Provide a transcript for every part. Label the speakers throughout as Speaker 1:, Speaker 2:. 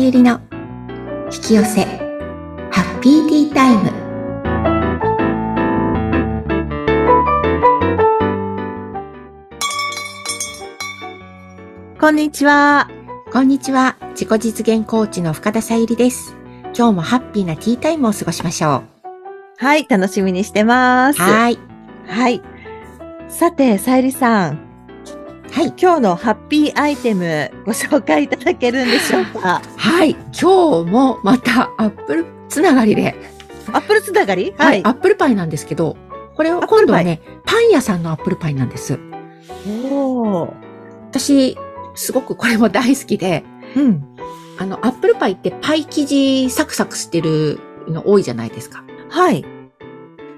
Speaker 1: ゆりの引き寄せハッピーティータイム
Speaker 2: こんにちは。
Speaker 1: こんにちは自己実現コーチの深田さゆりです今日もハッピーなティータイムを過ごしましょ
Speaker 2: はい、楽しみにしてま
Speaker 1: う
Speaker 2: す。
Speaker 1: はーい
Speaker 2: はい。さて、さゆりさん、
Speaker 1: はい
Speaker 2: 今日のハッピーアイテムご紹介いただけるんでしょう か
Speaker 1: はい今日もまたアップルつながりで
Speaker 2: アップルつながり
Speaker 1: はい、アップルパイなんですけど、これを
Speaker 2: アップ
Speaker 1: 今
Speaker 2: ル
Speaker 1: 度
Speaker 2: パ
Speaker 1: は
Speaker 2: イ
Speaker 1: ね、パン屋さんのアップルパイなんです。
Speaker 2: おー
Speaker 1: 私、すごくこれも大好きで、
Speaker 2: うん。
Speaker 1: あの、アップルパイってパイ生地サクサクしてるの多いじゃないですか。
Speaker 2: はい。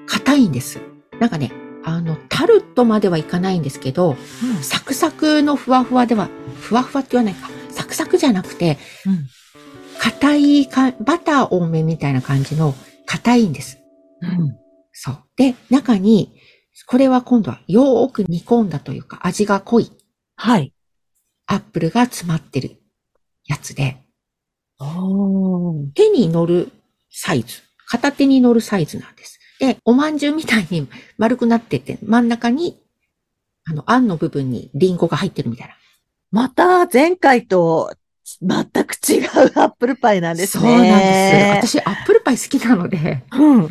Speaker 1: 硬いんです。なんかね、あの、タルトまではいかないんですけど、サクサクのふわふわでは、ふわふわって言わないか。サクサクじゃなくて、
Speaker 2: うん
Speaker 1: 硬いか、バター多めみたいな感じの硬いんです。そう。で、中に、これは今度はよーく煮込んだというか、味が濃い
Speaker 2: はい。
Speaker 1: アップルが詰まってるやつで、
Speaker 2: おー
Speaker 1: 手に乗るサイズ、片手に乗るサイズなんです。で、おまんじゅうみたいに丸くなってて、真ん中に、あの、あんの部分にリンゴが入ってるみたいな。
Speaker 2: また前回と全く違うアップルパイなんです
Speaker 1: そ
Speaker 2: ね。
Speaker 1: うなんです。私、アップルパイ好きなので、
Speaker 2: うん。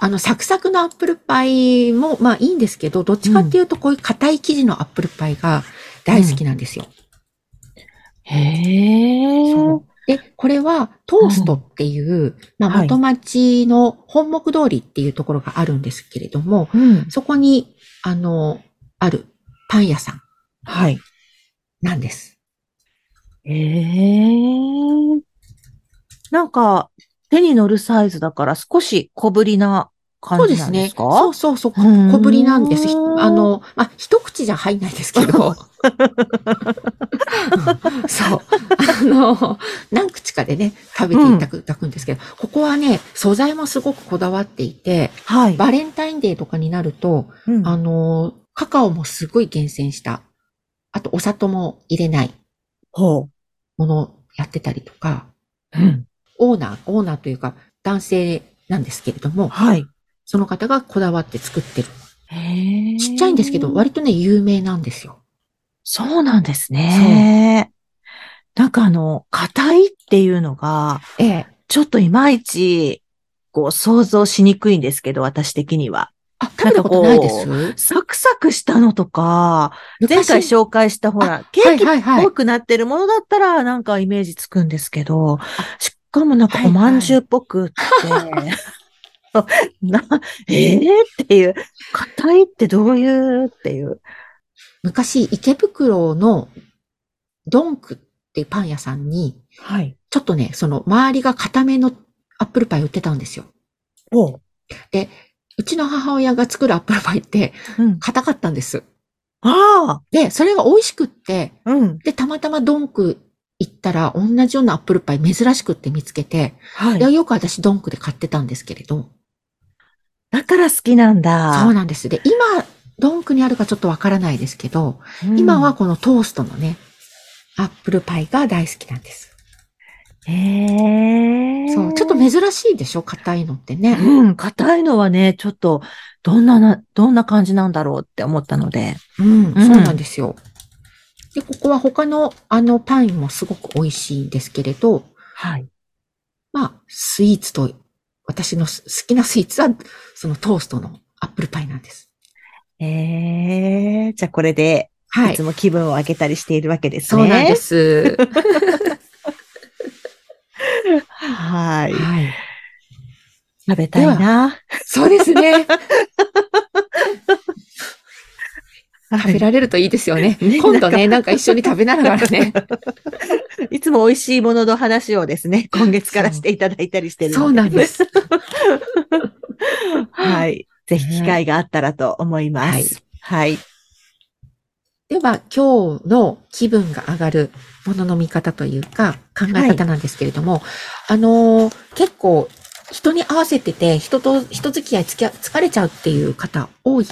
Speaker 1: あの、サクサクのアップルパイも、まあいいんですけど、どっちかっていうと、こういう硬い生地のアップルパイが大好きなんですよ。
Speaker 2: へ
Speaker 1: そう。で、これはトーストっていう、まあ、
Speaker 2: はい
Speaker 1: 元町の本木通りっていうところがあるんですけれども、
Speaker 2: うん。
Speaker 1: そこに、あの、あるパン屋さん
Speaker 2: はい。
Speaker 1: なんです。
Speaker 2: ええ。なんか、手に乗るサイズだから少し小ぶりな
Speaker 1: そ
Speaker 2: 感
Speaker 1: うで
Speaker 2: じな
Speaker 1: す
Speaker 2: んで
Speaker 1: ね。
Speaker 2: すか
Speaker 1: そうそうそう。
Speaker 2: うーん
Speaker 1: 小ぶりなんです。ひあの、まあ、一口じゃ入んないですけ ど。そう。あの、何口かでね、食べていただくんですけど、ここはね、素材もすごくこだわっていて、
Speaker 2: はい。
Speaker 1: バレンタインデーとかになると、
Speaker 2: うん
Speaker 1: あの、カカオもすごい厳選した。あと、お砂糖も入れない
Speaker 2: ほ
Speaker 1: ものをやってたりとか、
Speaker 2: う。うん。
Speaker 1: オーナー、オーナーというか男性なんですけれども、
Speaker 2: はい。
Speaker 1: その方がこだわって作ってる。
Speaker 2: へえ。
Speaker 1: ちっちゃいんですけど、割とね、有名なんですよ。
Speaker 2: そうなんですね。なんかあの、硬いっていうのが、
Speaker 1: ええ。
Speaker 2: ちょっといまいち、こう、想像しにくいんですけど、私的には。
Speaker 1: あ、食べたことないです
Speaker 2: サクサクしたのとか、前
Speaker 1: 昔
Speaker 2: 回紹介したほら、ケ
Speaker 1: は
Speaker 2: ー
Speaker 1: い
Speaker 2: キっ
Speaker 1: はいはい
Speaker 2: ぽ。くなってるものだったら、なんかイメージつくんですけど、しかもなんか
Speaker 1: はいは
Speaker 2: お
Speaker 1: い
Speaker 2: まんじゅうっぽく って、な、えーっていう、硬いってどういうっていう。
Speaker 1: 昔、池袋のドンクっていうパン屋さんに、
Speaker 2: はい。
Speaker 1: ちょっとね、その周りが固めのアップルパイ売ってたんですよ。
Speaker 2: おう。
Speaker 1: うちの母親が作るアップルパイって
Speaker 2: うん。
Speaker 1: 硬かったんです。
Speaker 2: あ
Speaker 1: で、それが美味しくって、
Speaker 2: あうん。
Speaker 1: で、たまたまドンク行ったら同じようなアップルパイ珍しくって見つけて、
Speaker 2: はい
Speaker 1: や、よく私ドンクで買ってたんですけれど、
Speaker 2: だから好きなんだ。
Speaker 1: そうなんです。で、今、ドンクにあるかちょっとわからないですけど、
Speaker 2: うん
Speaker 1: 今は。このトーストのね、アップルパイが大好きなんです。
Speaker 2: へえ。
Speaker 1: そう、ちょっと珍しいでしょ硬いのってね。
Speaker 2: うん、硬いのはね、ちょっと、どんなな、どんな感じなんだろうって思ったので。
Speaker 1: うん、
Speaker 2: うん
Speaker 1: そうなんですよ。で、ここは他のあのパンもすごく美味しいんですけれど、
Speaker 2: はい。
Speaker 1: まあ、スイーツと、私のす好きなスイーツは、そのトーストのアップルパイなんです。
Speaker 2: ええじゃあこれで、
Speaker 1: はいい
Speaker 2: つ。も気分を上げたりしているわけです
Speaker 1: そ
Speaker 2: ね。
Speaker 1: うなんで。す。
Speaker 2: はい。
Speaker 1: はい。
Speaker 2: 食べたいな。
Speaker 1: そうですね。食べ
Speaker 2: は
Speaker 1: られるといいですよね。
Speaker 2: ね
Speaker 1: 今度ね、なんか一緒に食べながら ね。
Speaker 2: い。いつも美味しいものの話をですね、 今月からしていただいたりしてる。
Speaker 1: そうなんですす。
Speaker 2: はい。ぜひ機会があったらと思います。はい。
Speaker 1: では、今日の気分が上がるものの見方というか、考え方なんですけれども、あのー結構、人に合わせてて、人と、人付き合いつきあ疲れちゃうっていう方多い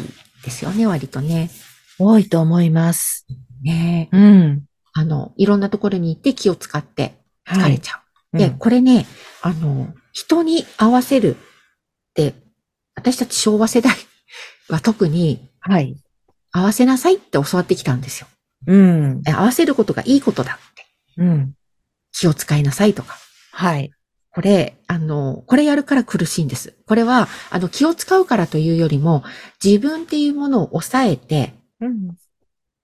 Speaker 1: ですよね、割とね。
Speaker 2: 多いと思います。
Speaker 1: ねえ
Speaker 2: うん。
Speaker 1: あの、いろんなところに行って気を使って疲
Speaker 2: は
Speaker 1: れ
Speaker 2: い。
Speaker 1: ちゃう。で、これね、あの、人に合わせるって、私たち昭和世代は特に
Speaker 2: はい。
Speaker 1: 合わせなさいって教わってきたんですよ。
Speaker 2: うん。
Speaker 1: え合わせることがいいことだって。
Speaker 2: うん。
Speaker 1: 気を使いなさいとか。
Speaker 2: はい。
Speaker 1: これ、あの、これやるから苦しいんです。これは、あの、気を使うからというよりも、自分っていうものを抑えて、
Speaker 2: うん。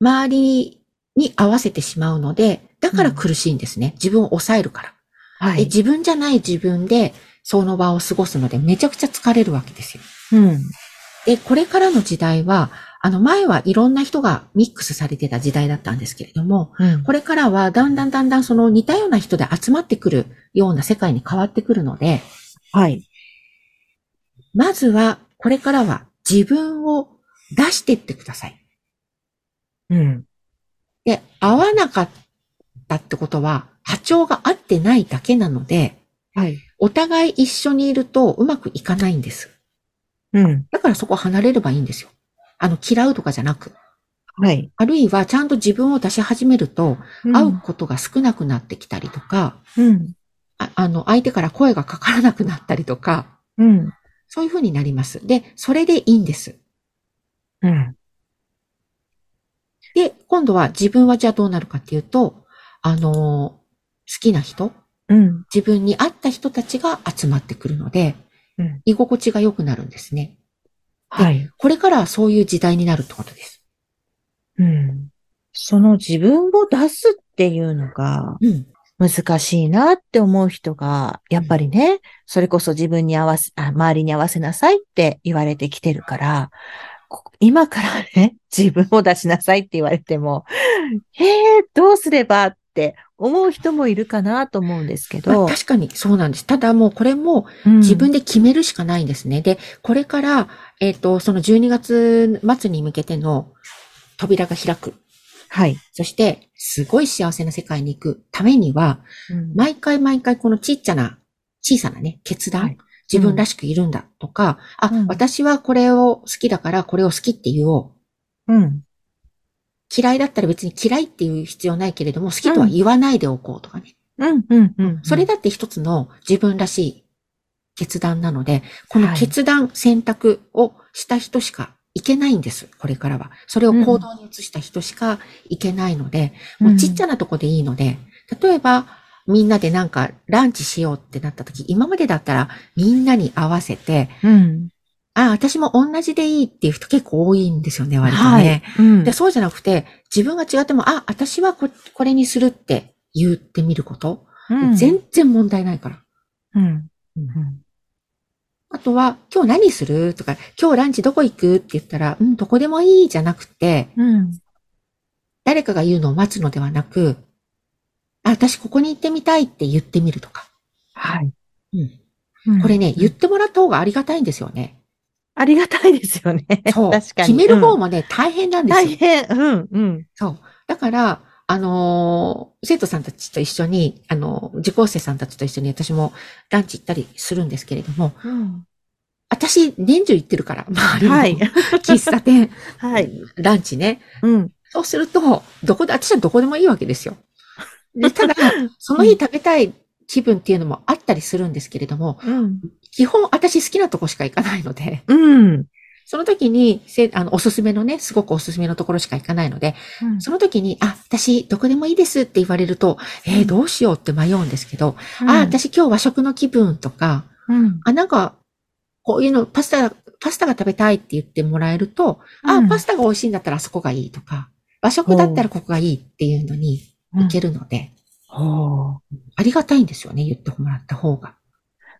Speaker 1: 周りに合わせてしまうので、だから苦しいんですね。自分を抑えるから。
Speaker 2: は
Speaker 1: で
Speaker 2: い。
Speaker 1: 自分じゃない自分で、その場を過ごすので、めちゃくちゃ疲れるわけですよ。
Speaker 2: うん。
Speaker 1: で、これからの時代は、あの、前はいろんな人がミックスされてた時代だったんですけれども、
Speaker 2: うん。
Speaker 1: これからはだんだんだんだんその似たような人で集まってくるような世界に変わってくるので、
Speaker 2: はい。
Speaker 1: まずは、これからは自分を出していってください。
Speaker 2: うん。
Speaker 1: で、合わなかったってことは、波長が合ってないだけなので、
Speaker 2: はい。
Speaker 1: お互い一緒にいるとうまくいかないんです。
Speaker 2: うん。
Speaker 1: だからそこ離れればいいんですよ。あの、嫌うとかじゃなく。
Speaker 2: はい。
Speaker 1: あるいは、ちゃんと自分を出し始めると、会うことが少なくなってきたりとか、
Speaker 2: うん。
Speaker 1: ああの、相手から声がかからなくなったりとか、
Speaker 2: うん。
Speaker 1: そういうふうになります。で、それでいいんです。
Speaker 2: うん。
Speaker 1: で、今度は自分はじゃあどうなるかっていうと、あのー好きな人、
Speaker 2: うん。
Speaker 1: 自分に合った人たちが集まってくるので、
Speaker 2: うん
Speaker 1: 居心地が良くなるんですね。
Speaker 2: はい。
Speaker 1: これからはそういう時代になるってことです。
Speaker 2: うん。その自分を出すっていうのが
Speaker 1: うん。
Speaker 2: 難しいなって思う人が、やっぱりね、それこそ自分に合わせ、あ周りに合わせなさいって言われてきてるから、こ今からね、 自分を出しなさいって言われても、 へえ、どうすればって思う人もいるかなと思うんですけ
Speaker 1: ま
Speaker 2: ど
Speaker 1: あ、、確かにそうなんです。ただもうこれも
Speaker 2: うん
Speaker 1: 自分で決めるしかないんですね。で、これから、えっ、と、その12月末に向けての扉が開く。
Speaker 2: はい。
Speaker 1: そして、すごい幸せな世界に行くためには、
Speaker 2: うん
Speaker 1: 毎回毎回このちっちゃな、小さなね、決断、
Speaker 2: はい
Speaker 1: 自分らしくいるんだとか、あ、
Speaker 2: うん
Speaker 1: 私はこれを好きだからこれを好きって言おう。
Speaker 2: うん。
Speaker 1: 嫌いだったら別に嫌いっていう必要ないけれども、好きとは言わないでおこうとかね。
Speaker 2: うん。うん。うん。
Speaker 1: それだって一つの自分らしい決断なので、この
Speaker 2: はい
Speaker 1: 決断、選択をした人しかいけないんです、これからは。それを行動に移した人しかいけないので、
Speaker 2: うん、
Speaker 1: もうちっちゃなとこでいいので、例えば、みんなでなんかランチしようってなった時、今までだったらみんなに合わせて、
Speaker 2: うん。
Speaker 1: あ、私も同じでいいっていう人結構多いんですよね、割と
Speaker 2: はい
Speaker 1: ね。。
Speaker 2: うん
Speaker 1: で、そうじゃなくて、自分が違っても、あ、私はここれにするって言ってみること。
Speaker 2: うん
Speaker 1: 全然問題ないから。
Speaker 2: うん。
Speaker 1: あとは、今日何するとか、今日ランチどこ行くって言ったら、うん、どこでもいいじゃなくて、
Speaker 2: うん。
Speaker 1: 誰かが言うのを待つのではなく、あ、私ここに行ってみたいって言ってみるとか。
Speaker 2: はい。
Speaker 1: うんこれね、言ってもらった方がありがたいんですよね。
Speaker 2: ありがたいですよね。
Speaker 1: そう。
Speaker 2: 確か
Speaker 1: 決
Speaker 2: に。
Speaker 1: める方
Speaker 2: も
Speaker 1: もね、大変なんですよ。
Speaker 2: 大変。うん、うん。
Speaker 1: そう。だから、あのー生徒さんたちと一緒に、あのー受講生さんたちと一緒に私もランチ行ったりするんですけれども、私、年中行ってるから、周りの、
Speaker 2: はい。
Speaker 1: 喫茶店、
Speaker 2: はい。
Speaker 1: ランチね。
Speaker 2: うん。
Speaker 1: そうすると、どこで、私はどこでもいいわけですよ。で ただ、その日食べたい気分っていうのもあったりするんですけれども、
Speaker 2: うん。
Speaker 1: 基本私好きなとこしか行かないので、
Speaker 2: うん。
Speaker 1: その時に、せあの、おすすめのね、すごくおすすめのところしか行かないので、その時に、あ、私、どこでもいいですって言われると、えーどうしようって迷うんですけど、あ、私今日和食の気分とか、
Speaker 2: うん。
Speaker 1: あ、なんか、こういうの、パスタ、パスタが食べたいって言ってもらえると、
Speaker 2: う
Speaker 1: あ
Speaker 2: ん、
Speaker 1: パスタが美味しいんだったらあそこがいいとか、和食だったらここがいいっていうのにいけるので、
Speaker 2: ほう
Speaker 1: ありがたいんですよね、言ってもらった方が。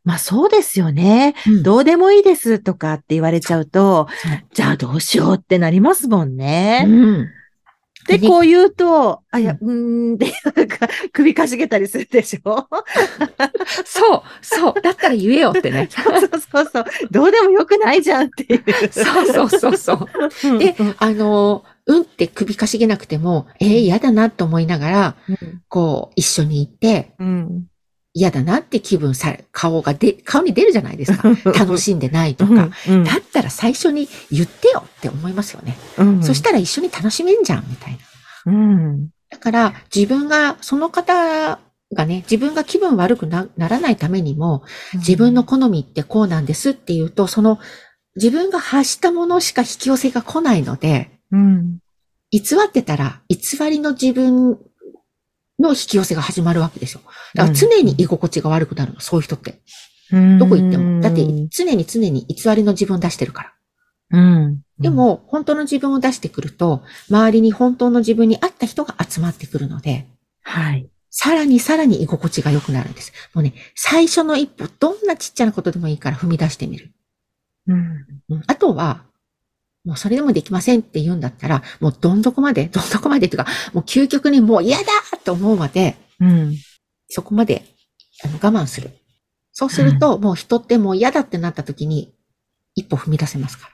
Speaker 2: まあそうですよね。
Speaker 1: うん
Speaker 2: どうでもいいですとかって言われちゃうと、じゃあどうしようってなりますもん
Speaker 1: う
Speaker 2: ね。
Speaker 1: ん。
Speaker 2: で、
Speaker 1: ね
Speaker 2: こう言うと、あ、いや、
Speaker 1: う
Speaker 2: うーん、で、なんか首かしげたりするでしょ
Speaker 1: そう、そう、だったら言えよって ね。
Speaker 2: そうそうそうそう。どうでもよくないじゃんっていう。
Speaker 1: そうそうそうそう。
Speaker 2: うん
Speaker 1: で、あの、うんって首かしげなくても、えー、嫌だなと思いながら、こう、一緒に行って、
Speaker 2: うん。
Speaker 1: 嫌だなって気分さ、顔がで、顔に出るじゃないですか。楽しんでないとか。
Speaker 2: うん
Speaker 1: だったら最初に言ってよって思いますよね。
Speaker 2: うん
Speaker 1: そしたら一緒に楽しめんじゃん、みたいな。
Speaker 2: うん。
Speaker 1: だから、自分が、その方がね、自分が気分悪くなならないためにも、自分の好みってこうなんですっていうと、その自分が発したものしか引き寄せが来ないので、
Speaker 2: うん。
Speaker 1: 偽ってたら、偽りの自分の引き寄せが始まるわけですよ。だから常に居心地が悪くなるの、そういう人って。
Speaker 2: うん
Speaker 1: どこ行っても。だって、常に常に偽りの自分を出してるから。
Speaker 2: うん。
Speaker 1: で、も、本当の自分を出してくると、周りに本当の自分に合った人が集まってくるので、
Speaker 2: はい。
Speaker 1: さらにさらに居心地が良くなるんです。もうね、最初の一歩、どんなちっちゃなことでもいいから踏み出してみる。
Speaker 2: うん。
Speaker 1: うんあとは、もうそれでもできませんって言うんだったら、もうどん底まで、どん底までっていうか、もう究極にもう嫌だと思うまで、
Speaker 2: うん。
Speaker 1: そこまであの我慢する。そうすると、もう人ってもう嫌だってなった時に、一歩踏み出せますか。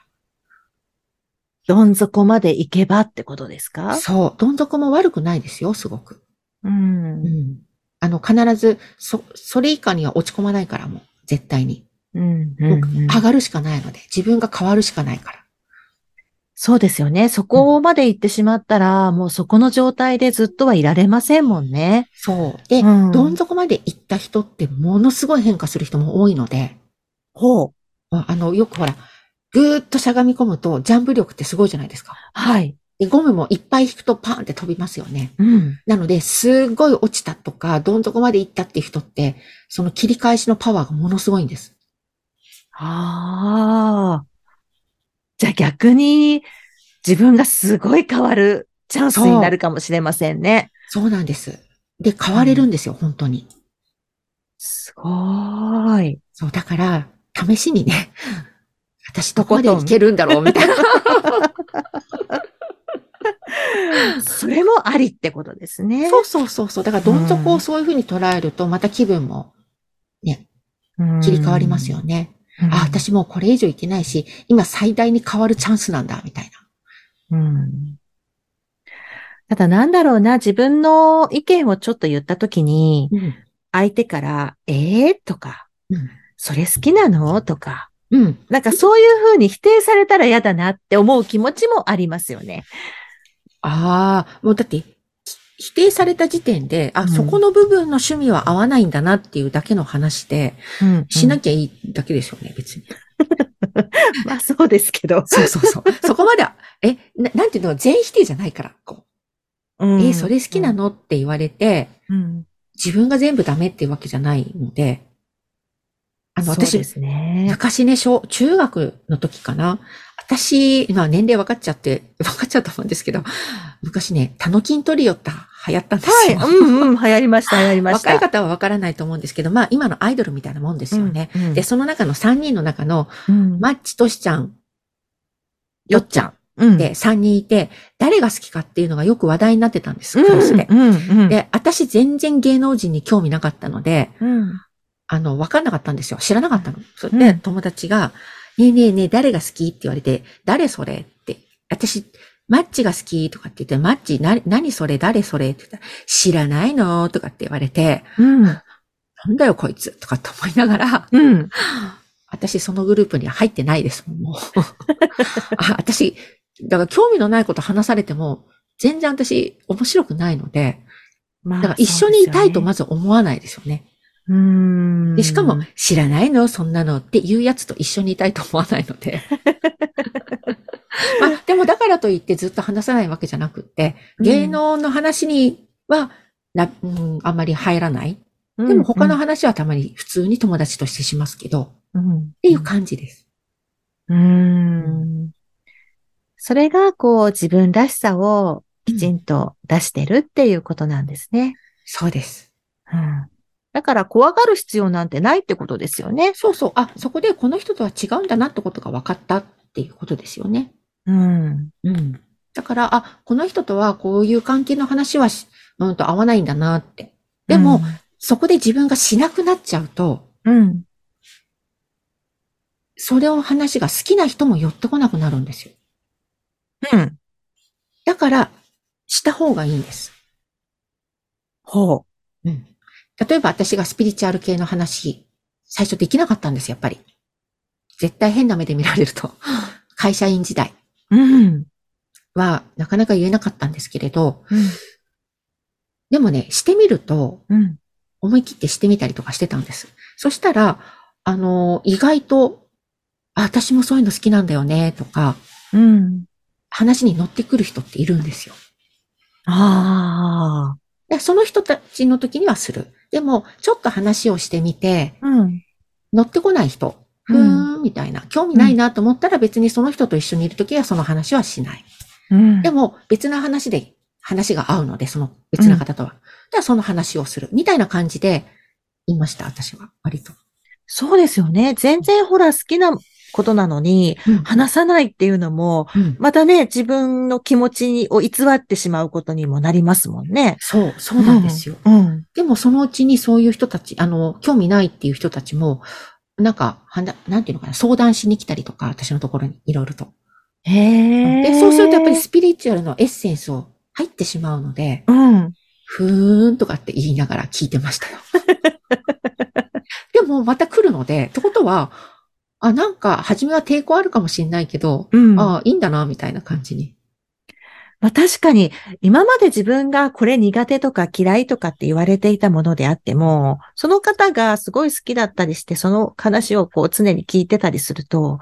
Speaker 2: どん底まで行けばってことですから
Speaker 1: そう。どん底も悪くないですよ、すごく。
Speaker 2: う。
Speaker 1: うんん。あの、必ず、そ、それ以下には落ち込まないから、もう、絶対に。
Speaker 2: うん。
Speaker 1: もう
Speaker 2: う
Speaker 1: 上
Speaker 2: ん
Speaker 1: がるしかないので、自分が変わるしかないから。
Speaker 2: そうですよね。そこまで行ってしまったら、もうそこの状態でずっとはいられませんもんね。
Speaker 1: そう。で、
Speaker 2: うん
Speaker 1: どん底まで行った人ってものすごい変化する人も多いので、
Speaker 2: ほう。
Speaker 1: ああの、よくほら、ぐーっとしゃがみ込むと、ジャンプ力ってすごいじゃないですか。
Speaker 2: はい。
Speaker 1: で、ゴムもいっぱい引くとパーンって飛びますよね。
Speaker 2: うん。
Speaker 1: なので、すごい落ちたとか、どん底まで行ったっていう人って、その切り返しのパワーがものすごいんです。
Speaker 2: ああ。じゃあ逆に、自分がすごい変わるチャンスになるかもしれませんね。
Speaker 1: そうなんです。で、変われるんですよ、本当に。
Speaker 2: すご ーい。
Speaker 1: そう、だから、試しに ね、私ど
Speaker 2: と
Speaker 1: こ
Speaker 2: こ
Speaker 1: まで
Speaker 2: とん
Speaker 1: 行けるんだろう、みたいな。
Speaker 2: それもありってことです ね。
Speaker 1: そうそうそうそう。だから、どん底をそういうふうに捉えると、また気分も
Speaker 2: うん
Speaker 1: 切り替わりますよ。ね。
Speaker 2: うん
Speaker 1: あ、。私もうこれ以上いけないし、今最大に変わるチャンスなんだ、みたいな。
Speaker 2: うんただなんだろうな、自分の意見をちょっと言ったときに、
Speaker 1: うん。
Speaker 2: 相手から、ええとか、
Speaker 1: うん
Speaker 2: それ好きなのとか、
Speaker 1: うん。
Speaker 2: なんかそういうふうに否定されたら嫌だなって思う気持ちもありますよね。
Speaker 1: ああ、もうだって、き否定された時点で、あ、
Speaker 2: うん
Speaker 1: そこの部分の趣味は合わないんだなっていうだけの話で、
Speaker 2: うん
Speaker 1: しな
Speaker 2: き
Speaker 1: きゃいいだけですよね、別に。
Speaker 2: ゃ。まあそうですけど。
Speaker 1: そうそうそう。 そこまでは、え、ななんていうの、全否定じゃないから、こうえ、それ好きなのって言われて、
Speaker 2: うん
Speaker 1: 自分が全部ダメっていうわけじゃないので、あの、
Speaker 2: そう
Speaker 1: 私
Speaker 2: で、すね。
Speaker 1: 昔ね、小、中学の時かな。私、まあ年齢分かっちゃって、 分かっちゃったもんですけど、昔ね、タノキントリオって流行ったんです
Speaker 2: はい。
Speaker 1: よ。
Speaker 2: うんうん。流行りました、流行りました。
Speaker 1: 若い方は分からないと思うんですけど、まあ今のアイドルみたいなもんですよね。
Speaker 2: うん。うん
Speaker 1: で、、その中の3人の中の、
Speaker 2: うん
Speaker 1: マッチとしちゃん、よっちゃん
Speaker 2: うん
Speaker 1: で3人いて、誰が好きかっていうのがよく話題になってたんです、
Speaker 2: うん
Speaker 1: クラスで。
Speaker 2: うんうん。
Speaker 1: で、私全然芸能人に興味なかったので、
Speaker 2: うん、
Speaker 1: あの、わかんなかったんですよ。知らなかったの。それ
Speaker 2: う
Speaker 1: で、
Speaker 2: ん
Speaker 1: 友達が、ねえねえねえ、誰が好きって言われて、誰それって。私、マッチが好きとかって言って、マッチ、な、何それ誰それって言ったら、知らないのとかって言われて、
Speaker 2: うん。
Speaker 1: なんだよこいつとかって思いながら、
Speaker 2: うん。
Speaker 1: 私そのグループには入ってないですもん、もう。 あ私、だから興味のないこと話されても、全然私面白くないので、
Speaker 2: まあ
Speaker 1: だから一緒にいたいとま
Speaker 2: ず。
Speaker 1: ず思わないですよね。
Speaker 2: うーん
Speaker 1: で、しかも、知らないのそんなのっていうやつと一緒にいたいと思わないの で。まあ、でもだからといってずっと話さないわけじゃなくって、
Speaker 2: うん
Speaker 1: 芸能の話には、なうん、あんまり入らない。
Speaker 2: で
Speaker 1: でも他の、話はたまに普通に友達としてしますけど、っ
Speaker 2: うんって
Speaker 1: いう感じです。
Speaker 2: うーん。それが、こう、自分らしさをきちんと出してるっていうことなんですね。
Speaker 1: そうです。
Speaker 2: うん。だから、怖がる必要なんてないってことですよね。
Speaker 1: そうそう。あ、そこでこの人とは違うんだなってことが分かったっていうことですよね。
Speaker 2: うん。
Speaker 1: うん。だから、あ、この人とはこういう関係の話はし、うんと合わないんだなって。でも、、そこで自分がしなくなっちゃうと、
Speaker 2: うん。
Speaker 1: それを話が好きな人も寄ってこなくなるんですよ。
Speaker 2: うん。
Speaker 1: だから、した方がいいんです。
Speaker 2: ほ
Speaker 1: うん。例えば私がスピリチュアル系の話、最初できなかったんです、やっぱり。絶対変な目で見られると。会社員時代
Speaker 2: う。うん。
Speaker 1: は、なかなか言えなかったんですけれど、
Speaker 2: うん
Speaker 1: でもね、してみると、
Speaker 2: うん。
Speaker 1: 思い切ってしてみたりとかしてたんです。そしたら、あの、意外と、あ私もそういうの好きなんだよね、とか、
Speaker 2: うん。
Speaker 1: 話に乗ってくる人っているんですよ。
Speaker 2: ああ。
Speaker 1: で、その人たちの時にはする。でも、ちょっと話をしてみて、
Speaker 2: うん。
Speaker 1: 乗ってこない人、ふーん、みたいな、興味ないなと思ったら別にその人と一緒にいる時はその話はしない。
Speaker 2: うん
Speaker 1: でも、別な話で、話が合うので、その別な方とは。では、その話をする。みたいな感じで、言いました、私は。割と。
Speaker 2: そうですよね。全然ほら好きなことなのに、話さないっていうのも、
Speaker 1: うん
Speaker 2: またね、自分の気持ちを偽ってしまうことにもなりますもんね。
Speaker 1: そう、そうなんですよ。
Speaker 2: うん。
Speaker 1: でも、そのうちにそういう人たち、あの、興味ないっていう人たちも、なんか、はな、なんていうのかな、相談しに来たりとか、私のところにいろいろと。
Speaker 2: へえ。
Speaker 1: で、そうするとやっぱり、スピリチュアルのエッセンスを入ってしまうので、
Speaker 2: うん。
Speaker 1: ふーんとかって言いながら聞いてましたよ。 でもまた来るので、ってことは、あ、なんか、初めは抵抗あるかもしれないけど、
Speaker 2: うん。ま
Speaker 1: あいいんだな、みたいな感じに。
Speaker 2: あ確かに、今まで自分がこれ苦手とか嫌いとかって言われていたものであっても、その方がすごい好きだったりして、その話をこう常に聞いてたりすると、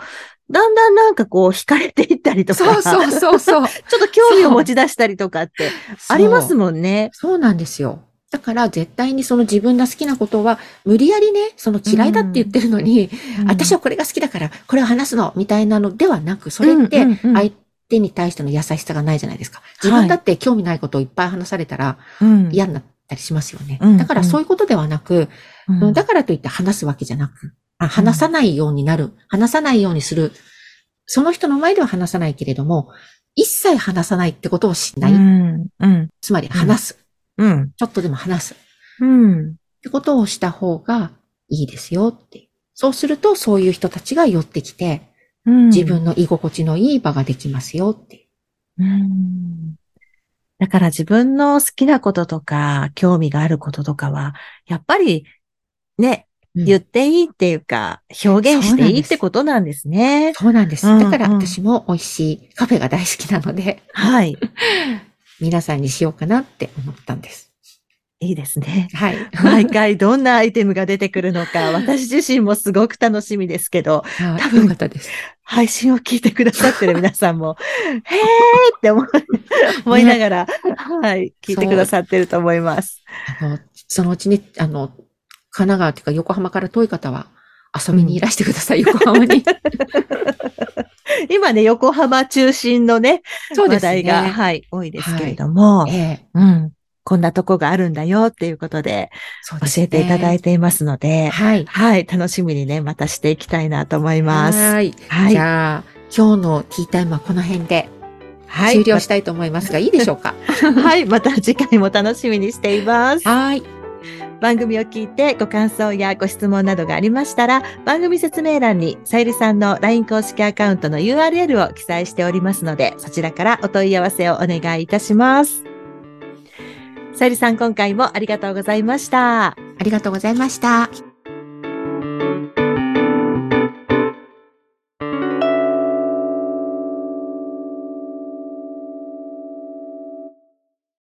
Speaker 2: だんだんなんかこう惹かれていったりとか、
Speaker 1: そうそうそうそう。
Speaker 2: ちょっと興味を持ち出したりとかってあります
Speaker 1: ん。
Speaker 2: もんね。
Speaker 1: そうなんですよ。だから絶対にその自分が好きなことは、無理やりね、その嫌いだって言ってるのに、私はこれが好きだから、これを話すの、みたいなのではなく、それって
Speaker 2: うんうんうん
Speaker 1: 相手に対しての優しさがないじゃないですか。自分だって興味ないことをいっぱい話されたら
Speaker 2: うん
Speaker 1: 嫌になったりしますよね。
Speaker 2: うんうん
Speaker 1: だからそういうことではなく、
Speaker 2: うん
Speaker 1: だからといって話すわけじゃなく、あ話さないようになる、話さないようにする。その人の前では話さないけれども、一切話さないってことをしない。
Speaker 2: うん。うん。
Speaker 1: つまり話す。
Speaker 2: うん。
Speaker 1: ちょっとでも話す。っ
Speaker 2: うん。
Speaker 1: てことをした方がいいですよっていう。そうすると、そういう人たちが寄ってきて、
Speaker 2: うん
Speaker 1: 自分の居心地のいい場ができますよっていう。
Speaker 2: うんだから自分の好きなこととか、興味があることとかは、やっぱり、ね、
Speaker 1: うん
Speaker 2: 言っていいっていうか、表現していいってことなんですね。
Speaker 1: そうなんです。
Speaker 2: うんうん
Speaker 1: だから私も美味しいカフェが大好きなので、
Speaker 2: はい。
Speaker 1: 皆さんにしようかなって思ったんです。。
Speaker 2: いいですね
Speaker 1: はい。
Speaker 2: 毎回どんなアイテムが出てくる のか、私自身もすごく楽しみですけど、
Speaker 1: はい
Speaker 2: 多分
Speaker 1: よかったです。
Speaker 2: 配信を聞いてくださってる皆さんも、へーって思い思いながら、はい、聞いてくださってると思います。
Speaker 1: あの、そのうちね、あの、神奈川というか横浜から遠い方は遊びにいらしてください、横浜 に。
Speaker 2: 今ね、横浜中心のね、
Speaker 1: そうで
Speaker 2: 話
Speaker 1: すね。
Speaker 2: 題が、はい、多いですけれども、
Speaker 1: ええ
Speaker 2: うん。こんなとこがあるんだよっていうことで
Speaker 1: そうです
Speaker 2: 教
Speaker 1: ね
Speaker 2: えていただいていますので、
Speaker 1: はい。
Speaker 2: はい、楽しみにね、またしていきたいなと思います。
Speaker 1: は。
Speaker 2: はいい。
Speaker 1: じゃあ、今日のティータイムはこの辺で
Speaker 2: はい、
Speaker 1: 終了したいと思いますが、い、いでしょうか
Speaker 2: はい、また次回も楽しみにしています。
Speaker 1: はい。
Speaker 2: 番組を聞いてご感想やご質問などがありましたら、番組説明欄にさゆりさんの LINE 公式アカウントの URL を記載しておりますので、そちらからお問い合わせをお願いいたします。さゆりさん、今回もありがとうございました。
Speaker 1: ありがとうございました。